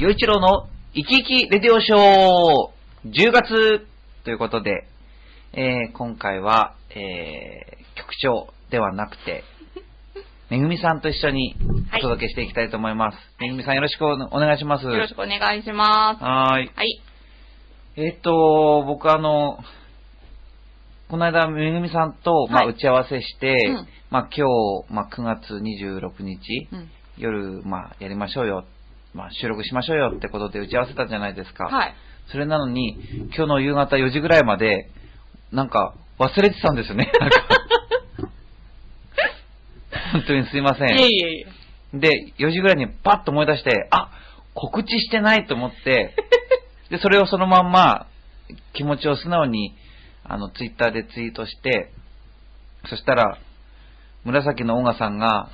洋一郎の生き生きレディオショー10月ということで、えー今回は、えー局長ではなく て、めぐみさんと一緒にはいお届けしていきたいと思います。めぐみさんよろしくお願いします。よろしくお願いします。はーい。はい。えっ、と、僕あの、この間、めぐみさんと、まあ、はい打ち合わせして、うんまあ、今日、まあ、9月26日、うん夜、まあ、やりましょうよ、まあ、収録しましょうよってことで打ち合わせたじゃないですか。はい。それなのに、今日の夕方4時ぐらいまで、なんか、忘れてたんですよね。 なんか本当にすいませいえん。いえいえ。で、4時ぐらいにパッと思い出して、あ告知してないと思 って、で、それをそのまんま、気持ちを素直に、あの、ツイッターでツイートして、そしたら、紫のオガさんが、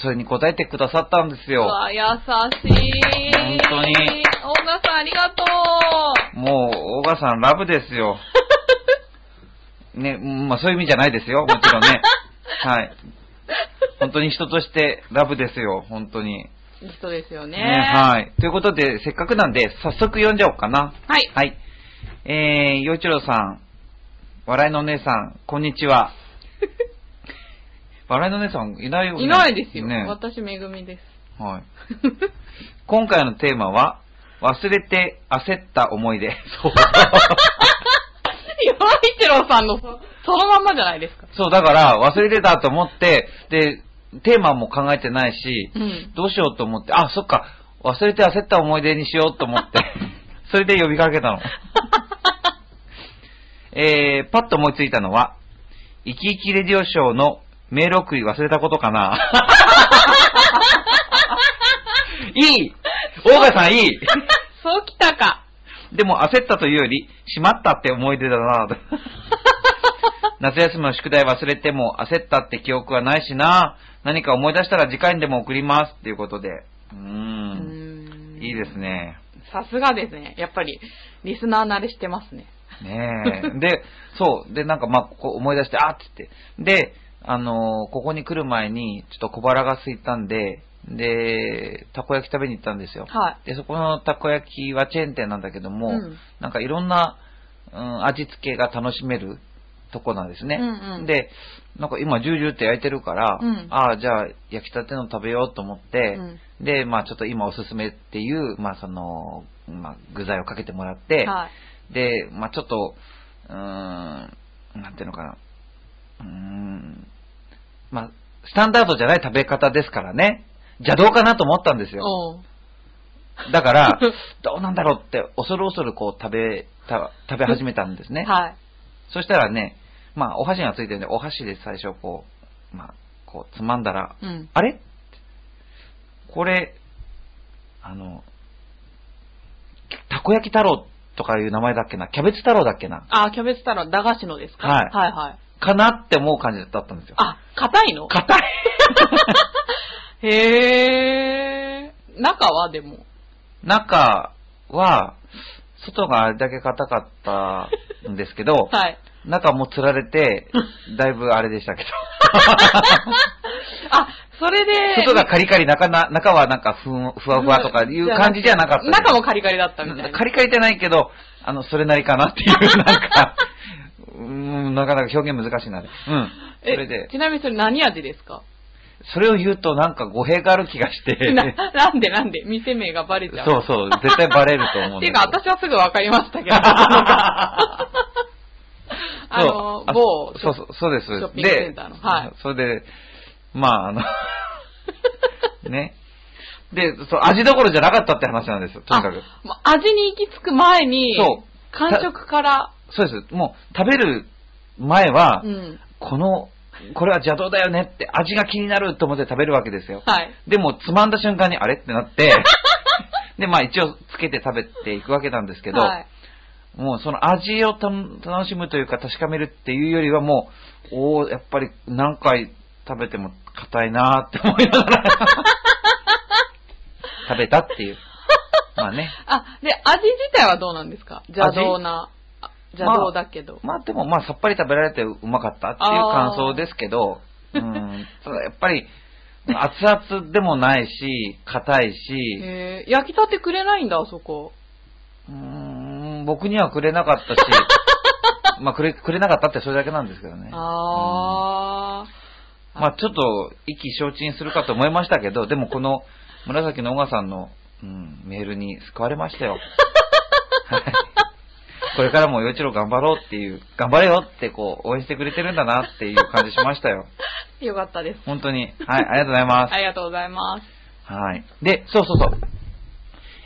それに答えてくださったんですうよ。わ、優しい。本当に大村さん、ありがともう、オガさんラブですよ。 ね、まあそういう意味じゃないですよ、もちろん ね。はい。本当に人としてラブですよ、本当に。う。いい人ですよね。はい。ということで、せっかくなんで、早速読んじゃおうかな。はい。はい。えー、洋一郎さん、笑いのお姉さん、こんにち は。笑いのお姉さん、いないよね。いないですよ。ね。私、めぐみです。 はい。今回のテーマは、忘れて焦った思 い出。 そう。いや、一郎さんのそそのまんまじゃないですか。そう、だから、忘れてたと思って、で、テーマも考えてないし、うん。 どうしようと思って、あ、そっか、忘れて焦った思い出にしようと思 って、それで呼びかけたの。えー、パッと思いついたのは、生き生きレディオショーのメール送り忘れたことか な。いい大川さんいいそうきたか。でも焦ったというより、しまったって思い出だ な夏休みの宿題忘れても焦ったって記憶はないしな何か思い出したら次回にでも送りますっていうことで。うー。うんんいいです。ね。さすがですね。やっぱり、リスナー慣れしてますね。ねえ。で、そう。で、なんかまあ、ここ思い出して、あっつって。で、あのーここに来る前に、ちょっと小腹が空いたんで、で、たこ焼き食べに行ったんですよ。はで、そこのたこ焼きはチェーン店なんだけどい。も、うんなんかいろんな、うん、味付けが楽しめるとこなんですね。うんうんで、なんか今ジュージューって焼いてるから、うんああ、じゃあ焼きたての食べようと思って、うんで、まあちょっと今おすすめっていう、まあその、まあ具材をかけてもらって、はい。で、まあちょっと、うーん、なんていうのかな、うーん、まあスタンダードじゃない食べ方ですからね、邪道かなと思ったんですよ。おうだ から、どうなんだろうって、恐る恐るこう食べ、た食べ始めたんですね。はい。そしたらね、まあ、お箸がついてるんで、お箸で最初こう、まあ、こう、つまんだら、うん。あれこれ、あの、たこ焼き太郎とかいう名前だっけな、キャベツ太郎だっけな、あ、キャベツ太郎、駄菓子のですかはいはいはい。かなって思う感じだったんですよ。あ、硬いの硬いへー。中はでも。中は、外があれだけ硬かったんですけど、 はい。中もつられて、だいぶあれでした けど。あ、それで。外がカリカリ、中な中はなんかふんふわふわとかいう感じじゃなかったです。中もカリカリだったみたいな。カリカリじゃないけど、あの、それなりかなっていう、なん か、うーん、なかなか表現難しいな。うん。それえで、ちなみにそれ何味ですかそれを言うとなんか語弊がある気がして、 ななんでなんで店名がバレちゃう。そうそう、絶対バレると思 うんだけていうどか、私はすぐ分かりま したけど。あの、そう某、そうそう、そうです。そうですショッピングセンターのではいそれで、まあ、あの、 ね。で、そう、味どころじゃなかったって話なんですよ、とにかく。あもう味に行き着く前に、そう感触から、そうです。もう、食べる前は、うん。この、これは邪道だよねって、味が気になると思って食べるわけですよ。はい。でも、つまんだ瞬間にあれってな って、で、まあ一応つけて食べていくわけなんですけど、はい、もうその味をた楽しむというか確かめるっていうよりはもう、おおやっぱり何回食べても硬いなーって思いながら、 食べたっていう。まあね。あ、で、味自体はどうなんですか邪道な。あ邪道だけど。まあでもまあさっぱり食べられてうまかったっていう感想ですけど、うん、ただやっぱり、熱々でもないし、硬いし、へえ焼きたてくれないんだ、あそこ。うーん、僕にはくれなかったし、まあくれ、くれなかったってそれだけなんですけどね。あー。まあちょっと意気消沈するかと思いましたけど、でもこの紫の小川さんの、うん、メールに救われましたよ。はいこれからも洋一郎頑張ろうっていう、頑張れよってこう応援してくれてるんだなっていう感じしましたよ。よかったです。本当に。はい、ありがとうございますあ。りがとうございます。はい。で、そうそうそう。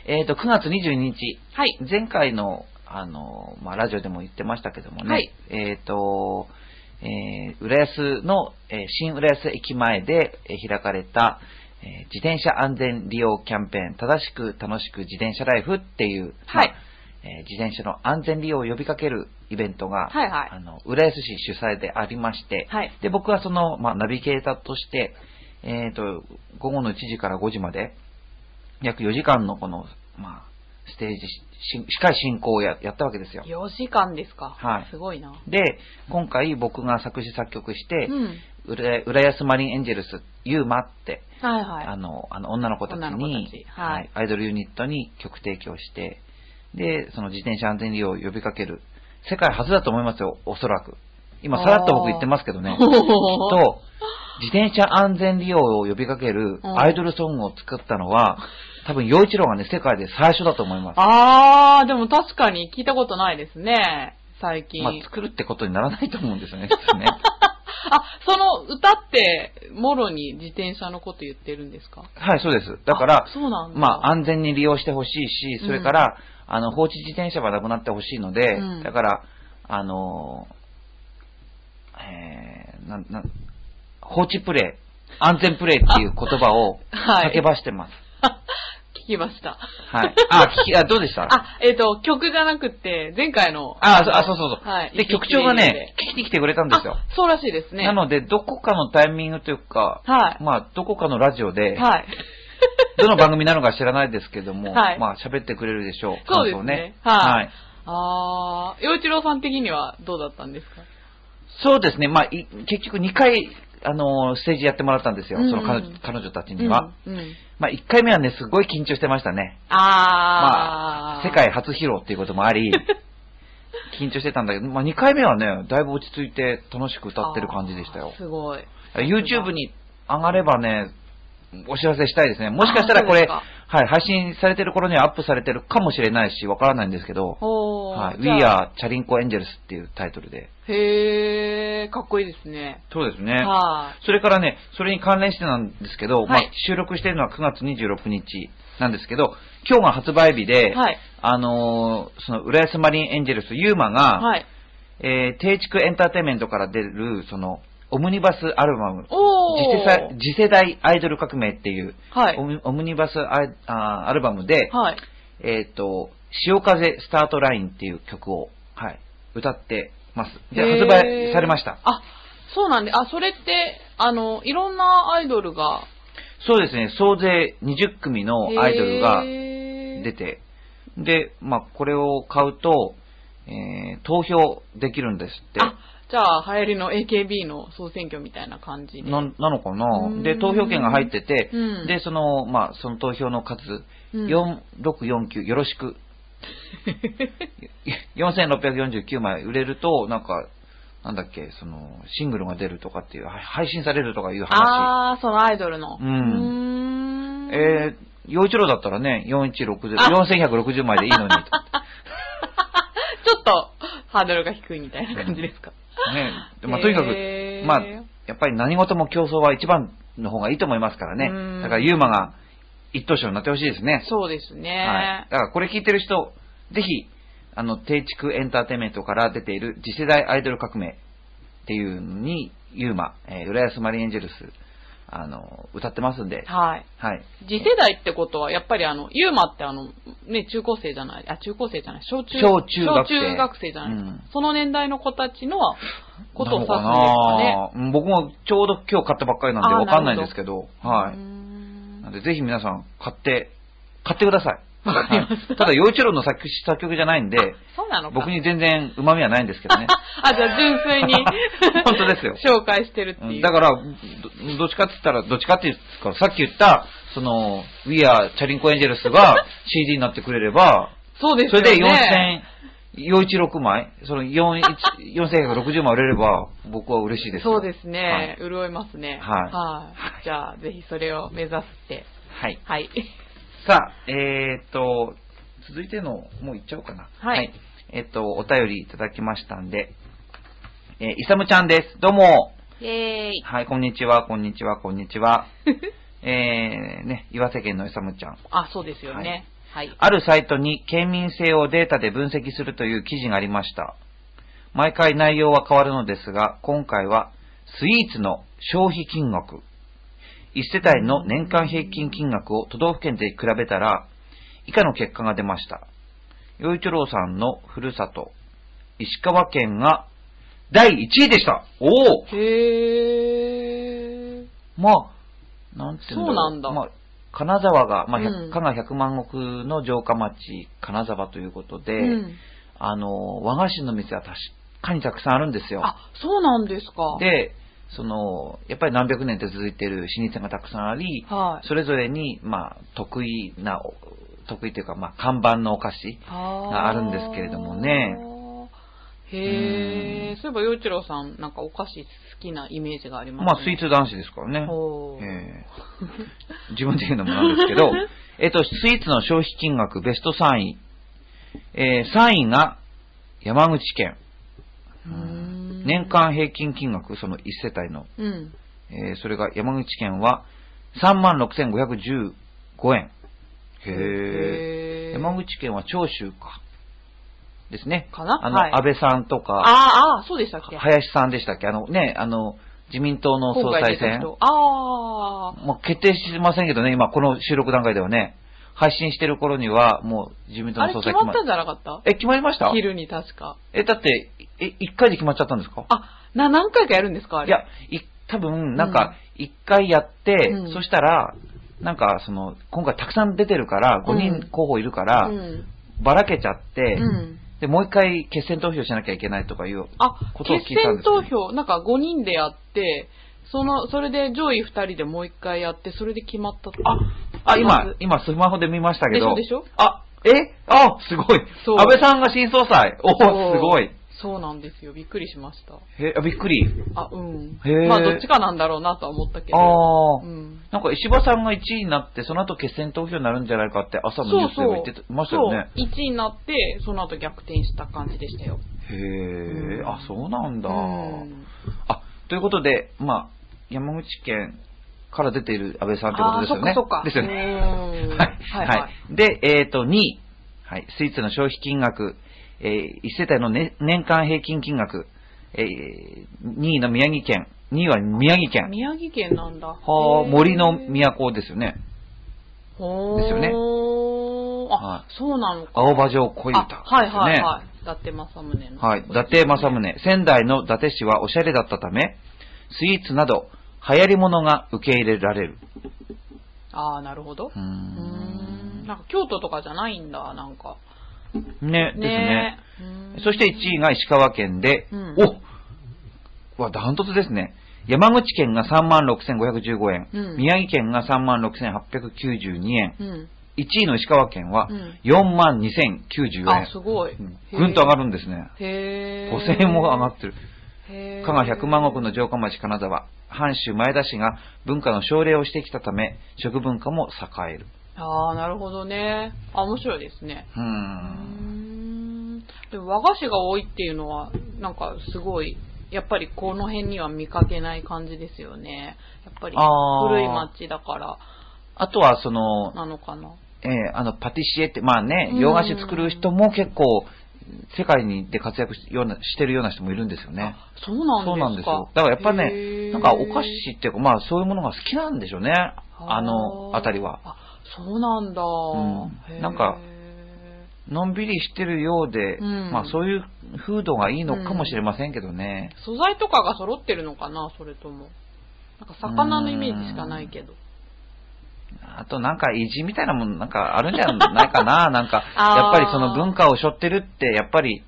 えっ、と、9月22日、はい。前回の、あの、まあ、ラジオでも言ってましたけどもね、はいえっ、と、えー、浦安の、えー新浦安駅前で、えー開かれた、えー自転車安全利用キャンペーン、正しく楽しく自転車ライフっていう、はいまあえー自転車の安全利用を呼びかけるイベントが、はいはいあの浦安市主催でありまして、はい。で、僕はその、まあ、ナビゲーターとして、えっ、と、午後の1時から5時まで、約4時間のこの、まあ、ステージし、し司会進行をややったわけですよ。 4時間ですか。はいすごいな。で、今回僕が作詞作曲してう、ん。浦浦安マリンエンジェルス、ユーマって、はいはい。あの、あの女の子たち女のに子たちはいアイドルユニットに曲提供して、で、その自転車安全利用を呼びかける、世界初だと思いますよ、おそらく。今、さらっと僕言ってますけどね。おーと、自転車安全利用を呼びかけるうんアイドルソングを作ったのは、多分、洋一郎がね、世界で最初だと思います。あー、でも確かに聞いたことないですね。最近。まあ、作るってことにならないと思うんですよね、きっ とね。あ、その歌って、もろに自転車のこと言ってるんですかはい、そうです。だからあ、そうなんだ。まあ、安全に利用してほしいし、それから、あの、放置自転車はなくなってほしいので、うんだから、あのー、えー、なん、なん、放置プレイ、安全プレイっていう言葉を はい叫ばしてます。聞きました。 はい。あ、聞き、あ、どうでしたあ、えっ、と、曲じゃなくて、前回の。あ、そうあそうそうそう。はい。で、局長がね、聞きに来てくれたんですよ。あ、そうらしいですね。なので、どこかのタイミングというか、はいまあ、どこかのラジオで、はい。どの番組なのか知らないですけども、はいまあ、喋ってくれるでしょう。そうですね感想はいはい。あー、洋一郎さん的にはどうだったんですかそうですね。まあ、い結局2回、あのーステージやってもらったんですよ。うんうんその彼女彼女たちには。うん。うんまあ、1回目はね、すごい緊張してましたね。まあ、あー。世界初披露っていうこともあ り、緊張してたんだけど、まあ、2回目はね、だいぶ落ち着いて楽しく歌ってる感じでしたよあー。すごい。 YouTube に上がればね、お知らせしたいですね。もしかしたらこれ、あそうではい、配信されてる頃にはアップされてるかもしれないし、わからないんですけど、おー。はい、We じゃあ Are チャリンコエンジェルスっていうタイトルで。へー、かっこいいですね。そうですねはい。それからね、それに関連してなんですけど、はいまあ、収録してるのは9月26日なんですけど、今日が発売日で、はいあのーその、浦安マリンエンジェルスユーマが、はい。えー、定畜エンターテインメントから出る、その、オムニバスアルバム、お次ー。世代次世代アイドル革命っていう、はいオムオムニバスアイあーアルバムで、はい。えっ、と、潮風スタートラインっていう曲を、はい、歌ってます。で、へー発売されました。あ、そうなんで、あ、それって、あの、いろんなアイドルが、そうですね、総勢20組のアイドルが出出、て、で、まあ、これを買うと、えー投票できるんですって。あ、じゃあ、流行りの AKB の総選挙みたいな感じで。ななのかうなんで、投票権が入ってて、うんで、その、まあ、その投票の数、うん4649、よろしく。4649枚売れると、なんか、なんだっけ、その、シングルが出るとかっていう、は配信されるとかいう話。あー、そのアイドルの。ううんええー、陽一郎だったらね、4160あ4160枚でいい のにと、ちょっと、ハードルが低いみたいな感じですか。ね。でまあ、とにかく、へーまあ、やっぱり何事も競争は一番の方がいいと思いますからうんね。だから、ユーマが一等賞になってほしいですね。そうですね。はい。だからこれ聞いてる人、ぜひ、あの、定畜エンターテイメントから出ている次世代アイドル革命っていうのに、ユーマ、えー、浦安マリンエンジェルス、あの、歌ってますんで、はい。はい。次世代ってことは、やっぱりあの、ユーマってあの、ね、中高生じゃない、あ、中高生じゃない、小中、小中学生小中学生じゃない、うんその年代の子たちのことを指すんですなかのね。なうん僕もちょうど今日買ったばっかりなんであーわかんないんですけど、はうーい。んなんでぜひ皆さん買って、買ってください。わかりますはいただ、洋一郎の作詞作曲じゃないんで、そうなのか。僕に全然旨味はないんですけどね。。あ、じゃあ純粋に 本当ですよ紹介してるってういんう。だから、どどっちかって言ったら、どっちかって言ったら、さっき言った、その、We Are チャリンコエンジェルスが CD になってくれれば、そうですそよれでね。 4000、416枚、その4 4160枚売れれば、僕は嬉しいですよ。そうですね。潤いますはね。いはい。じゃあ、ぜひそれを目指して。はい。はい。はい。さあ、えーっと、続いての、もういっちゃおうかな。はいえーっと、お便りいただきましたんで、えー、いさむちゃんです。どうも。イェーイ。はい、こんにちは、こんにちは、こんにちは。えー、ね、岩手県のいさむちゃん。 あ、そうですよね。はい。あるサイトに県民性をデータで分析するという記事がありました。毎回内容は変わるのですが、今回はスイーツの消費金額。1世帯の年間平均金額を都道府県で比べたら、以下の結果が出ました。洋一郎さんのふるさと、石川県が第1位でしたおおへー。まあ、なんていうんだろう。そうなんだまあ、金沢が、まあ、うん百加賀百万石の城下町、金沢ということで、うんあの、和菓子の店は確かにたくさんあるんですよ。あ、そうなんですか。で、その、やっぱり何百年って続いてる老舗がたくさんあり、はい。それぞれに、まあ、得意な、お得意というか、まあ、看板のお菓子。ああるんですけれどもね。へうえ、そういえば、洋一郎さん、なんかお菓子好きなイメージがあります、ね。まあ、スイーツ男子ですからね。ほう。えー自分で言うのもなんですけ ど、えっと、スイーツの消費金額ベスト3位。えー3位が山口県。うーん年。間平均金額、その1世帯の。うん。えーそれが山口県は36,515円。へえ。へー山口県は長州か。ですね。かなあの、はい安倍さんとあか、あ、ああ、そうでしたっけ林さんでしたっけあのね、あの、自民党の総裁今回出た選。人ああ。もう決定してませんけどね、今この収録段階ではね、配信してる頃にはもう自民党のあれ総決裁ま決ったまんじゃなかったえ、決まりました昼に確か。え、だって、え、1回で決まっちゃったんですかあ、な、何回かやるんですかあれ。いや、い多分、なんか、1回やって、うんそしたら、なんか、その、今回たくさん出てるから、5人候補いるかうら、ん。ばらけちゃって、うん。で、もう1回決選投票しなきゃいけないとかいう、あ、ことを聞決いたん選ですけど投票、なんか5人でやって、その、それで上位2人でもう1回やって、それで決まったとあ、あ、ま今ず、今スマホで見ましたけど、でしょでしょあ、えあ、すごいそう安倍さんが新総裁おそうすごいそうなんですよ。びっくりしました。へあびっくり。あ、うんへー。まあ、どっちかなんだろうなとは思ったけど。ああ、うん。なんか石破さんが1位になって、その後決選投票になるんじゃないかって朝のニュースでも言ってましたよね。そう、1位になって、その後逆転した感じでしたよ。へえ、うんあ、そうなんだ。うんあ、ということで、まあ、山口県から出ている安倍さんってことあでーすそよっね。かそっか。ですよね。うー はんい。はいは。はいい。で、えっ、と、2位。はい。スイーツの消費金額、え1世帯の、ね、年間平均金額、え2位の宮城県。2位は宮城県。宮城県なんだ。はあ、へー森の都ですよね。ほーですよねはあ、そうなのか。青葉城小こ板、はいはいはい。伊達政宗の。はい。伊達政宗。仙台の伊達市はおしゃれだったため、スイーツなど、流行り物が受け入れられる。ああ、なるほどうー。うーん。ん。なんか京都とかじゃないんだ、なんか。ね、ですね。えうーんそして1位が石川県で、うんおわ、ダントツですね。山口県が36,515円、うん宮城県が36,892円、うん。 1位の石川県はうん42,090あ、円す。ごい。うんぐんと上がる。るんですね。へー5,000円も上がってる。へー加賀百万石の城下町金沢、藩主前田氏が文化の奨励をしてきたため、食文化も栄える。ああ、なるほどね。あ、面白いですね。うーうーん。ん。でも和菓子が多いっていうのは、なんかすごい、やっぱりこの辺には見かけない感じですよね。やっぱりあー古い町だからあとは、その、なのかな。えーあの、パティシエって、まあねう、ん洋菓子作る人も結構、世界にで活躍しようなしてるような人もいるんですよね。そうなんですか。そうなんですよ。だからやっぱへね、ーなんかお菓子っていうか、まあそういうものが好きなんでしょうね。あの、あたりは。。あそうなんだ。うんへーなんか、のんびりしてるようで、うんまあそういう風土がいいのかもしれませんけどね。素材とかが揃ってるのかな、それとも。なんか魚のイメージしかないけど。あとなんか意地みたいなもんなんかあるんじゃないか ななんか、あーやっぱりその文化を背負ってるって、やっぱり、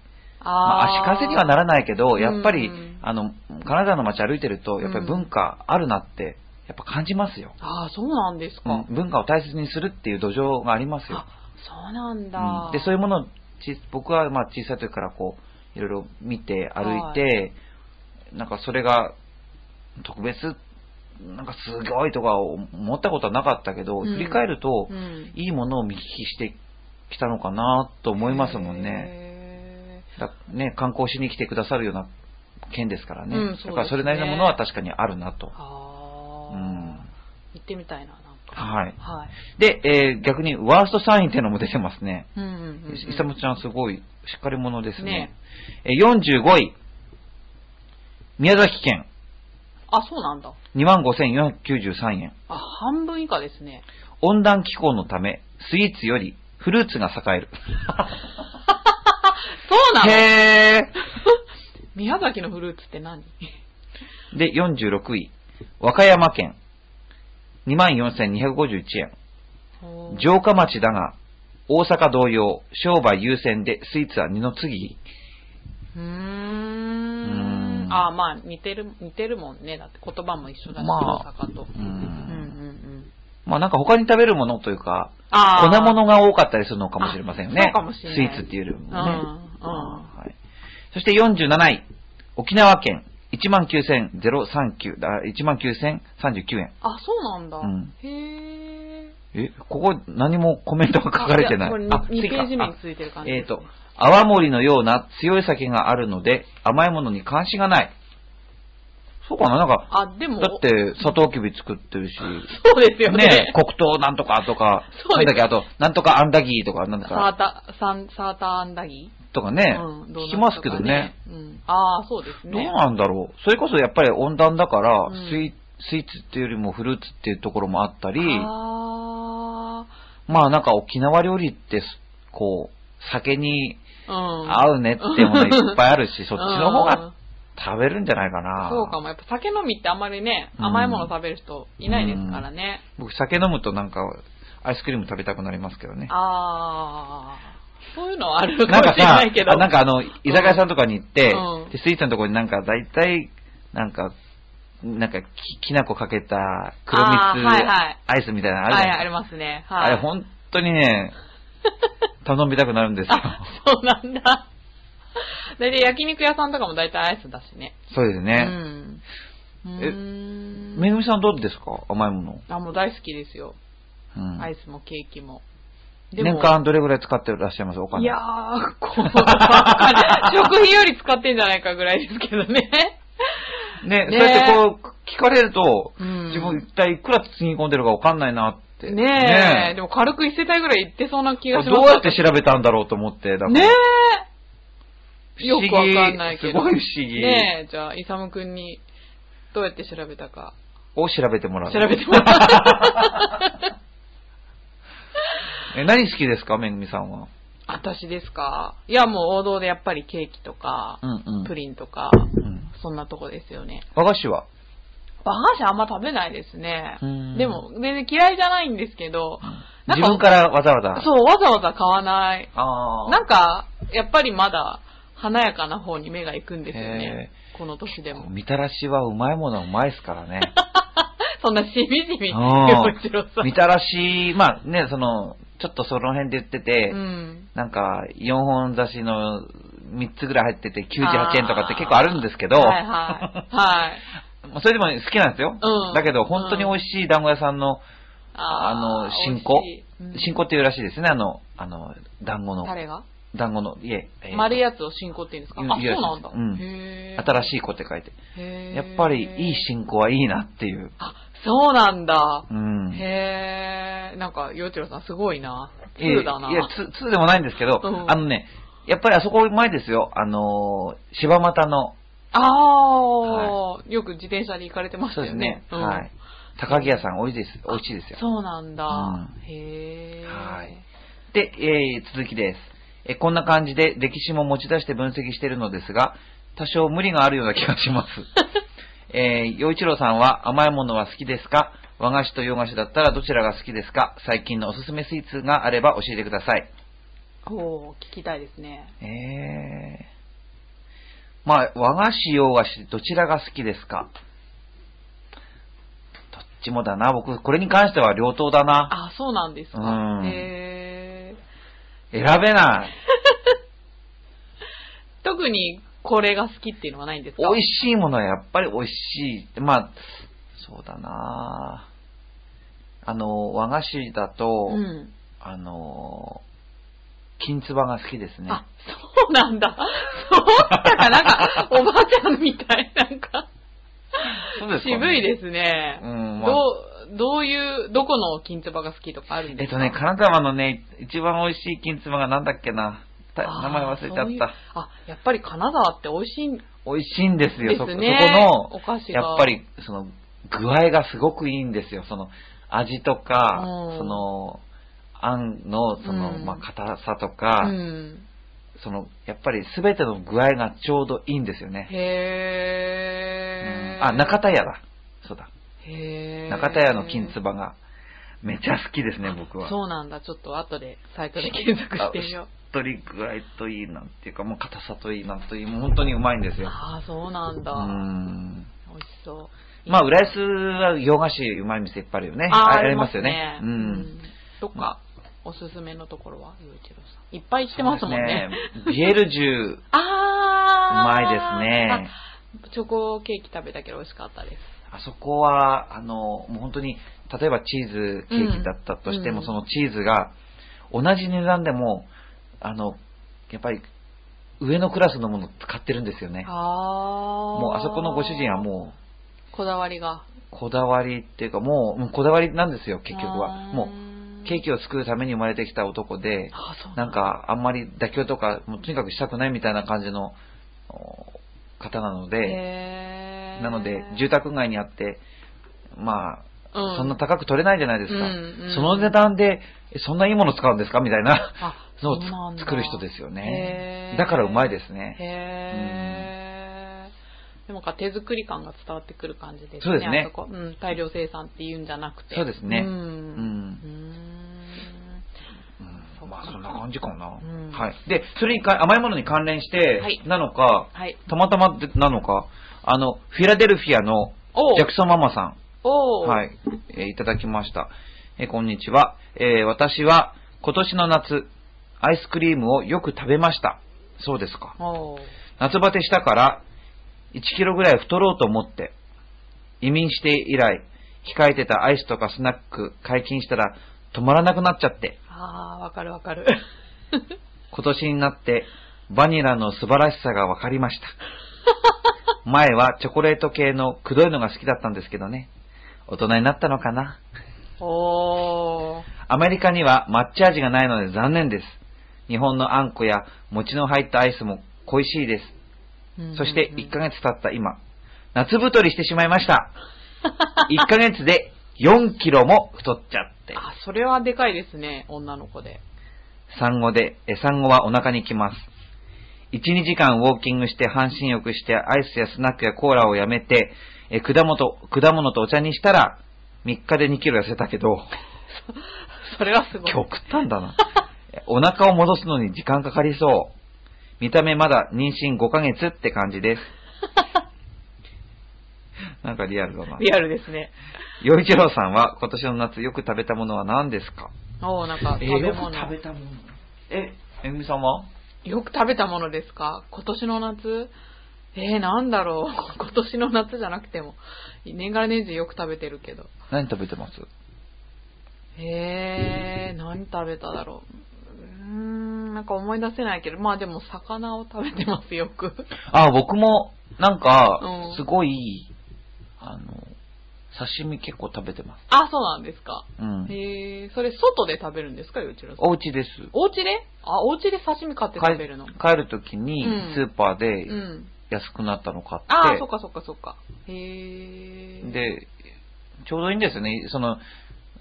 まあ足かせにはならないけど、やっぱり、うんあの、カナダの街歩いてると、やっぱり文化あるなって、やっぱ感じますよ。ああ、そうなんですか。うん文化を大切にするっていう土壌がありますよあ。、そうなんだ。うんで、そういうものをち、僕はまあ小さい時からこう、いろいろ見て、歩いて、なんかそれが特別、なんかすごいとか思ったことはなかったけど、うん振り返ると、うんいいものを見聞きしてきたのかなと思いますもんね。へだね、観光しに来てくださるような県ですからね。うんそうですだねからそれなりのものは確かにあるなとー。あうー、ん行ってみたいな、なんか。はい。はい。で、えー逆にワーストサインっていうのも出てますね。うんうんうんうん。イサムちゃんすごいしっかり者ですねね。えー45位、宮崎県あ、そうなんだ。 25,493円。あ、半分以下ですね。温暖気候のため、スイーツよりフルーツが栄え る。そうなのへ宮崎のフルーツって何 ー。で、46位、和歌山県24,251円。おー城下町だが、大阪同様、商売優先でスイーツは二の次。うーうんん。あーまあ、似てる、似てるもんね。だって言葉も一緒だし、ま大あ阪と。ううんんうんうん。まあなんか他に食べるものというか、あー粉物が多かったりするのかもしれませんよね。あそうかもしれないスイーツっていうよりもね。うんうんはい、そして47位、沖縄県、19,039、だ19,039円。あ、そうなんだ。うんへえ。え、ここ何もコメントが書かれてない。あいやこれ 2, ページ目についてる感じえでっ、すね、と、泡盛のような強い酒があるので、甘いものに関心がない。そうかななんか、あ、でも、だって、砂糖きび作ってるし、そうですよね。ねえ、黒糖なんとかとか、そうなんですだっけ、あと、なんとかアンダギーとか、なんだサか、ータ、サン、サーターアンダギとかー、ね、うん、ドーナツとか聞きますけどね。。うん。ああ、そうですね。どうなんだろう。それこそやっぱり温暖だから、うんスイスイーツっていうよりもフルーツっていうところもあったり、あまあなんか沖縄料理ってす、こう、酒にあ、うん。合うねってものいっぱいあるし、そっちの方うがん食べるんじゃないかな。そうかも。やっぱ酒飲みってあんまりね、うん甘いもの食べる人いないですからね。僕酒飲むとなんか、アイスクリーム食べたくなりますけどね。ああ、そういうのはあるかもなんしかれさないけ、ど。あなんかあの、居酒屋さんとかに行って、うんでスイーツのところになんか大体、なんか、なんかき、きな粉かけた黒蜜あーはいはいアイスみたいなのあるじゃなではいい、すかありますね。はい。あれ本当に ね、頼みたくなるんですよ。あ、そうなんだ。大体焼肉屋さんとかも大体アイスだしね。そうですね。うん。えうーんめぐみさんどうですか甘いもの。あ、もう大好きですよ。うんアイスもケーキも。年間どれぐらい使ってらっしゃいますお金。いやー、こうばっかり、食費より使ってんじゃないかぐらいですけどね。ね、ねそうやってこう、聞かれると、うん自分一体いくらつぎ込んでるかわかんないなって。ねえ、でも軽く一世帯ぐらい行ってそうな気えがしますどうやって調べたんだろうと思って、だからね不え。思よ議くわかんないけど。すごい不思議ねえ、じゃあ、イサムくんに、どうやって調べたか、を調べてもらう。調べてもらう。 え何好きですかめぐみさんは。私ですかいや、もう王道でやっぱりケーキとかう、んうん。プリンとか、うんそんなとこですよね。和菓子はバカ子あんま食べないですねうん。でも、全然嫌いじゃないんですけど、なん自分からわざわざ。そう、わざわざ買わない。ああ。なんか、やっぱりまだ、華やかな方に目が行くんですよね。この年でも。みたらしはうまいものはうまいですから ね。そんなしみじみ、うん洋一郎さん。みたらし、まあね、その、ちょっとその辺で言ってて、うん。なんか、4本差しの3つぐらい入ってて98円とかって結構あるんですけど、は いはい。はい。まあそれでも好きなんですよ。うんだけど、本当に美味しい団子屋さんの、あの、新子新子子っていうらしいですね、あの、あの、団子の、誰が団子の、いえ、えー丸いやつを新子って言うんですかいあ、やそうなんだ。うんへー新しい子って書いて。へーやっぱり、いい新子はいいなっていう。あ、そうなんだう。ん。へえ、なんか、よちろさんすごいな。いや通だな。いや、ツツーでもないんですけど、うんあのね、やっぱりあそこ前ですよ、あのー、柴又の、ああ、よく自転車で行かれてましそたうよでね。すね、んはい。。高木屋さん、美味しいです、美味しいですよ。そうなんだ。うんへえ。はいで、えー続きです。えーこんな感じで歴史も持ち出して分析しているのですが、多少無理があるような気がします。えー、洋一郎さんは甘いものは好きですか和菓子と洋菓子だったらどちらが好きですか最近のおすすめスイーツがあれば教えてください。おー、聞きたいですね。ええまあ、和菓子、洋菓子、どちらが好きですかどっちもだな。僕、これに関しては両党だな。あ、そうなんですか。うんへー。選べない。特にこれが好きっていうのはないんですか美味しいものはやっぱり美味しい。まあ、そうだな。あの、和菓子だと、うん。あの、金つばが好きですね。あ、そうなんだ。そうだからなん か、おばあちゃんみたい、なんか、そうですかね渋いですね。うんまあどう、どういう、どこの金つばが好きとかあるんえでっすかとね、金沢のね、一番美味しい金つばがなんだっけな。たあー名前忘れちゃそういうった。あ、やっぱり金沢って美味しいん美味しいんですよ。そですそねおこ菓の、子がやっぱり、その、具合がすごくいいんですよ。その、味とか、うんその、あんの、その、うんまあ、硬さとか、うん。その、やっぱり全ての具合がちょうどいいんですよね。へうー。んあ、中田屋だ。そうだ。へー。中田屋の金つばが、めちゃ好きですね、僕は。そうなんだ。ちょっと後でサイトで検索してみよう。あしっとり具合といいなんていうか、もう硬さといいなんといい、もう本当にうまいんですよ。ああ、そうなんうだ。ん。美味しそう。まあ、浦安は洋菓子うまい店いっぱいあるよね。あーりますよね。ううん。ん。どっか、おすすめのところは、ゆういちろうさん。いっぱい行ってますもんね。そうですねビエルジュうまいでああ。すね。あ。チョコケーキ食べたけど美味しかったです。あそこは、あの、もう本当に、例えばチーズケーキだったとしても、うんそのチーズが、同じ値段でも、あの、やっぱり、上のクラスのもの使ってるんですよね。ああ。もうあそこのご主人はう。もこだわりが。う、こだわりっていうか、もう、もうこだわりなんですよ、結局は。もう、ケーキ。キを作るために生まれてきた男で、ああ、そうなんか、あんまり妥協とか、もうとにかくしたくないみたいな感じのお方なので、へーなので、住宅街にあって、まあ、うんそんな高く取れないじゃないですか。うんうんその値段で、えそんないいもの使うんですかみたい なあのをつそうなんだ作る人ですよねへ。ーだからうまいですね。へー。でもか手作り感が伝わってくる感じですね。そうですねあそこうん、大量生産っていうんじゃなくて。そうですねうん。んうそん、うまあそんな感じかな。うんはい。で、それにか甘いものに関連してはいなのか、はい。たまたまでなのか、あの、フィラデルフィアのおうジャクソンママさん。おー。はいい、えーいただきました。えーこんにちは、えー私は今年の夏、アイスクリームをよく食べました。そうですか。おー夏バテしたから、1キロぐらい太ろうと思って、移民して以来、控えてたアイスとかスナック解禁したら止まらなくなっちゃって、あー、わかるわ かる。今年になってバニラの素晴らしさが分かりました。前はチョコレート系のくどいのが好きだったんですけどね。大人になったのかな。おー。アメリカには抹茶味がないので残念です。日本のあんこや餅の入ったアイスも恋しいです。そして1ヶ月。月経った今、夏太りしてしまいました。1ヶ月で4キロも太っちゃって。あ、それはでかいですね、女の子で。産後で、え産後はお腹にきます。1、2時間ウォーキングして半身浴してアイスやスナックやコーラをやめて、え果物と、果物とお茶にしたら、3日で2キロ痩せたけど、それはすごい。極端だな。お腹を戻すのに時間かかりそう。見た目まだ妊娠5ヶ月って感じです。なんかリアルだな。リアルですね。 洋一郎さんは今年の夏よく食べたものは何ですかおー、なんか食べ物。たものえ、えみさんはよく食べたものですか今年の夏えー、なんだろう。 今年の夏じゃなくても。年がら年中よく食べてるけど。何食べてますえー、何食べただろう。うーん、なんか思い出せないけど、まあでも魚を食べてます、よく。あ、僕もなんかう、んすごい、あの、刺身結構食べてます。あ、そうなんですか。うん。えー、それ外で食べるんですか、ゆうちろうさん。お家です。お家であ、お家で刺身買って食べるの。帰帰るときにうんスーパーうでん。安くなったの買って、あー、そっかそっかそっか。へー。、で、ちょうどいいんですよね。その、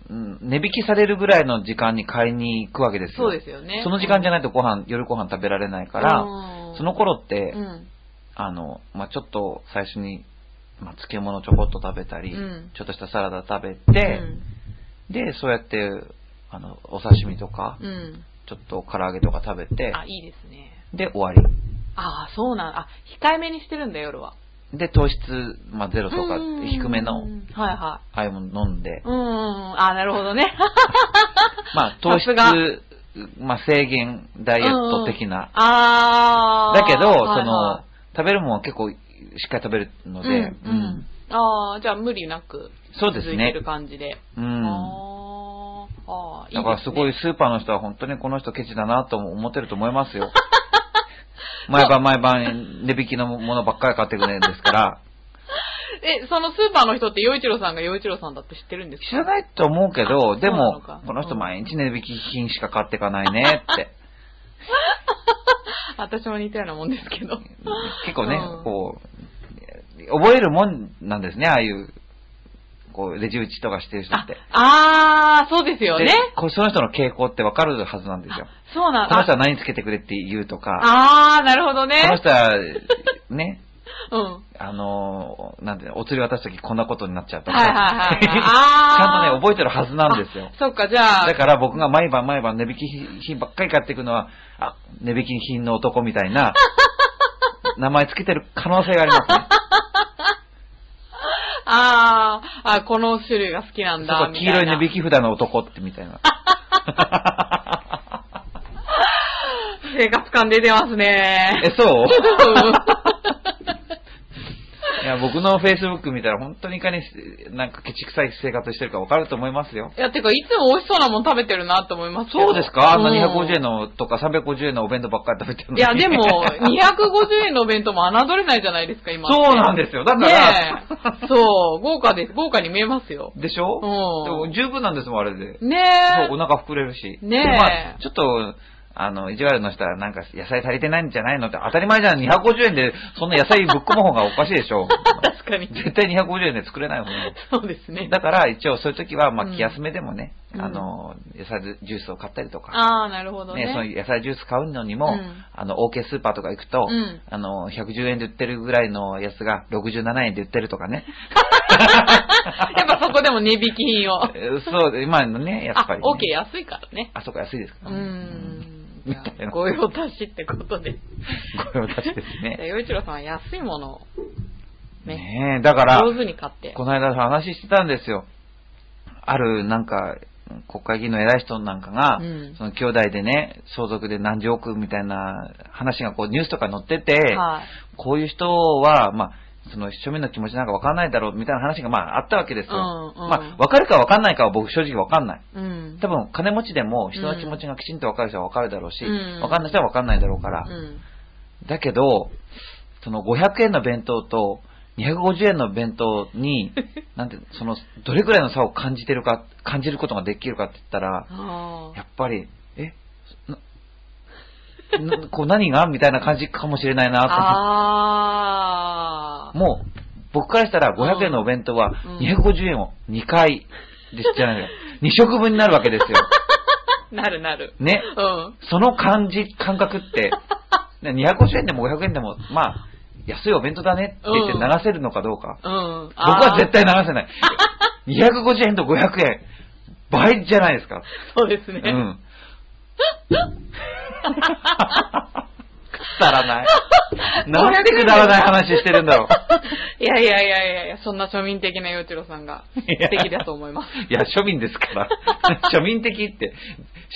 うん値引きされるぐらいの時間に買いに行くわけですよ。そうですよね。その時間じゃなないいとご飯、夜ご飯食べられないから、その頃って、うん。あの、まあ、ちょっと最初にまあ、漬物ちょこっと食べたり、うんちょっとしたサラダ食べて、で、そうやって、あの、お刺身とか、うん。うん。ちょっと唐揚げとか食べて、あ、いいですね。で、終わり。ああ、そうなんあ、控えめにしてるんだ、夜は。で、糖質、まあ、ゼロとかうん、低めのう、んはいはああいうもの飲んでい。、うんうんうん。ああ、なるほどね。まあ、糖質さすが、まあ、制限、 ダイエット的な。 ああ。だけど、はいそのは、食べるものは結構、しっかり食べるのいで、うんうん。ああ、じゃあ無理なく。そうですね続いてる感じで。うん。あうんあ、ああ、いいですだね。からすごいスーパーの人は本当にこの人ケチだなと思ってると思います よ。毎晩毎晩値引きのものばっかり買ってくれるんですから、え、そのスーパーの人って、陽一郎さんが陽一郎さんだって知ってるんですか知らないと思うけど、でなのもか、この人毎日値引き品しか買っていかないねって。私も似たようなもんですけど。結構ねう、んこう、覚えるもんなんですね、ああいう、こう、レジ打ちとかしてる人って。ああ、そうですよねで。こうその人の傾向ってわかるはずなんですよ。そうなんこの人だ。は何つけてくれって言うとか、ああ、なるほどね。この人は、ね、うん。あのーなんていうのお釣り渡すときこんなことになっちゃったはいはいはいはいちゃんとね、覚えてるはずなんですよ。そっか、じゃあ。だから僕が毎晩毎晩値引き品ばっかり買っていくのは、あ、値引き品の男みたい な、名前つけてる可能性がありますあーあ、この種類が好きなんね。だそう。み黄た色い値な引き札の男ってみたいな。 生活感出てますえね。、そううんいや、僕の Facebook 見たら本当にいかに、なんかケチくさい生活してるかわかると思いますよ。 いや、てか、いつも美味しそうなもん食べてるなと思いますけどそうですかあんな250円の。のとか350円のお弁当ばっかり食べてるのいにや、でも、250円のお弁当も侮れないじゃないですか、今って。そうなんですよ。だから、ねえ。そう、豪華です。豪華に見えますよ。でしょうでんも十分なんですもん、あれで。ねそえう、。お腹膨れるし。ねえでまあ、ちょっと、あの、意地悪の人はなんか野菜足りてないんじゃないのって当たり前じゃん。250円でそんな野菜ぶっ込む方がおかしいでし ょ。確かに。絶対250円で作れないもん。そうですね。だから一応そういう時は、まうあん気休めでもね、うんあの、野菜ジュースを買ったりとか。ああ、なるほどね。ね、そういう野菜ジュース買うのにも、うんあの、OK スーパーとか行くと、うんあの、110円で売ってるぐらいのやつが67円で売ってるとかね。 やっぱそこでも値引き 品を。えーそう、今のね、やっぱり、ね。あ、OK、安いからね。あそこ安いですうかーらね。ん。みたいなご用達しってことで。ご用達です じゃあ、ね。洋一郎さんは安いものをね、ねえ、だから、上手に買って。この間話してたんですよ。ある、なんか、国会議員の偉い人なんかが、うんその兄弟でね、相続で何十億みたいな話がこうニュースとか載ってて、はい。こういう人は、まあ、その庶民の気持ちなんか分かんないだろうみたいな話がまああったわけですよ。うんうんまあ、分かるか分かんないかは僕正直分かんない。うん。多分金持ちでも人の気持ちがきちんと分かる人は分かるだろうし、うん分かんない人は分かんないだろうから。うん。だけど、その500円の弁当と250円の弁当 に、なんて、その、どれくらいの差を感じてるか、感じることができるかって言ったら、あやっぱり、え、な、なこう何がみたいな感じかもしれないあ。なあって。もう、僕からしたら500円のお弁当は250円を2回ですじゃ ないよ。2食分になるわけですよ。あ。なるなる。ね。うん。その感じ、感覚 って、ね250円でも500円でも、まあ、安いお弁当だねって言ってうん流せるのかどうか。うん。僕僕は絶対流せない。250円と500円、倍じゃないですか。そうですうね。 ん。くだらない。なんでくだらない話してるん だろう。いやいやいやいやいや、そんな庶民的な洋一郎さんが素敵だと思います。 いや、庶民です から。庶民的って、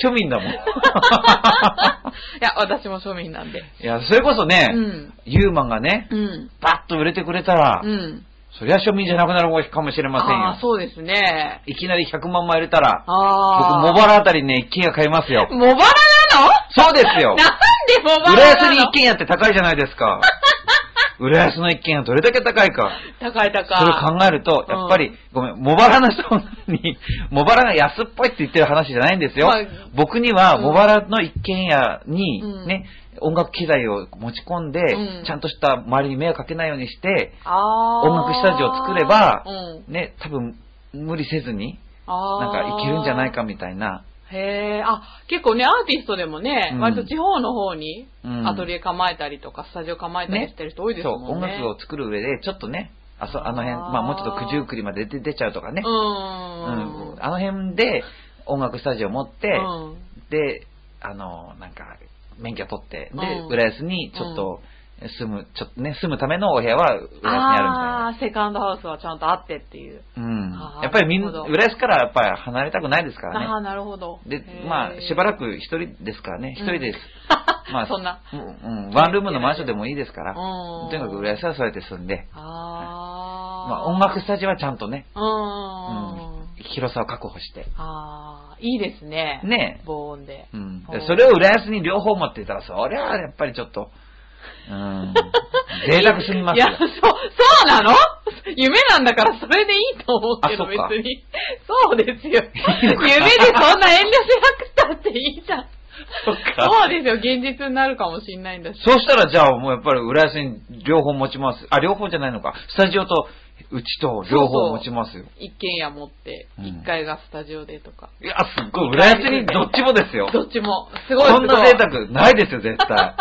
庶民だもん。い いや、私も庶民なんで。や、それこそね、うん。ユーマンがね、うん。バッと売れてくれたら、うん。そりゃ庶民じゃなくなるかもしれませんああ、よ。そうですね。いきなり100万枚売れたら、僕、ああ。茂原あたりに一軒家買いますよ。茂原なのそうですよなん。で茂浦原安なに一の軒家って高いじゃないです か。浦安の一軒家どれだけ高いか。高い高い。それを考えると、やっぱり、ごめん、茂原の人に、 茂原が安っぽいって言ってる話じゃないんですよ。まあ僕には、うん茂原の一軒家に、うんね、音楽機材を持ち込んで、うんちゃんとした周りに迷惑かけないようにして、あー音楽スタジオを作ればうん。ね、多分、無理せずに、あなんかいけるんじゃないかみたいな。たへえ、あ、結構ね、アーティストでもね、うん割と地方の方にうんアトリエ構えたりとか、スタジオ構えたりしてる人多いですそう、もん音ね。楽を作る上で、ちょっとね、あそあの辺、あーまあもうちょっと九十九里まで出て出ちゃうとかねう、ん。うんあの辺で音楽スタジオ持って、うんで、あの、なんか、免許取って、で、うん浦安にちょっと住む、ちょっとね、住むためのお部屋は浦安にああーセカンドハウスはちゃんとあってっていう。るみたいな。あうーん。やっぱりみんなるほど浦安からやっぱり離れたくないですからね。ああ、なるほど。で、まあ、しばら らく一人ですからね、一うん人です。まあ、 そんな。うん、うん、ワンルームのマンションでもいいですから、うんとにかく浦安はそうやって住んで、ああ。まあ、音楽スタジオはちゃんとね、うん。広さを確保して。ああ、いいですね。。ね防音で。え。うん。ほうでそれを浦安に両方持ってたら、そりゃあやっぱりちょっと、 うん、贅沢すぎますいよや、。そう、そうなの 夢なんだからそれでいいと思うけど、あそっか別に。そうですよ。いいのか夢でそんな遠慮しなくたっていいじゃん。そっかそうですよ、現実になるかもしんないんだし。そうしたらじゃあもうやっぱり浦安に両方持ちます。あ、両方じゃないのか。スタジオとうちと両方持ちますよ。一軒家持って、うん一階がスタジオでとか。いや、すっごい。浦安にどっちもですよ。 どっちも、すごいすごこんいな贅沢ないですよ、絶対。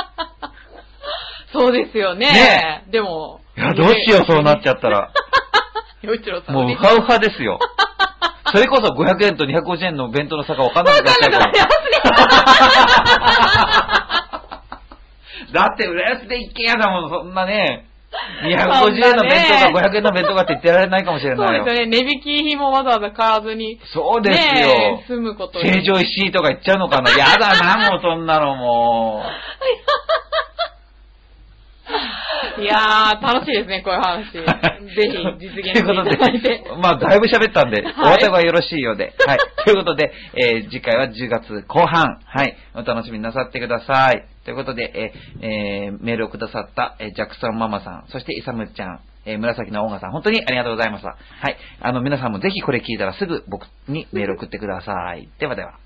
そうですよね。ねでも。いや、どうしよう、そうなっちゃったら。 洋一郎さん。もう、ウハウハですよ。 それこそ500円と250円の弁当の差が分かんなくなっちゃうから。だって、浦安で一軒家だもん、そんなね。250円の弁当か500円の弁当かって言ってられないかもしれ そうないよ。ですよね。値引き品もわざわざ買わず に。そうですよねえ住むことに成城石井とか言っちゃうのかな。やだな、もうそんなのもいやー、楽しいですね、こうい う話。う。ぜはいひ実現していただいというてこ。とで、まあ、だいぶ喋ったんで、はいお後がよろしいようで。はい。ということで、えー次回は10月後半。はい。お楽しみになさってください。ということで、えーえーメールをくださった、えージャクソンママさん、そしてイサムちゃん、えー紫のオンガさん、本当にありがとうございました。はい。あの、皆さんもぜひこれ聞いたらすぐ僕にメール送ってください。ではでは。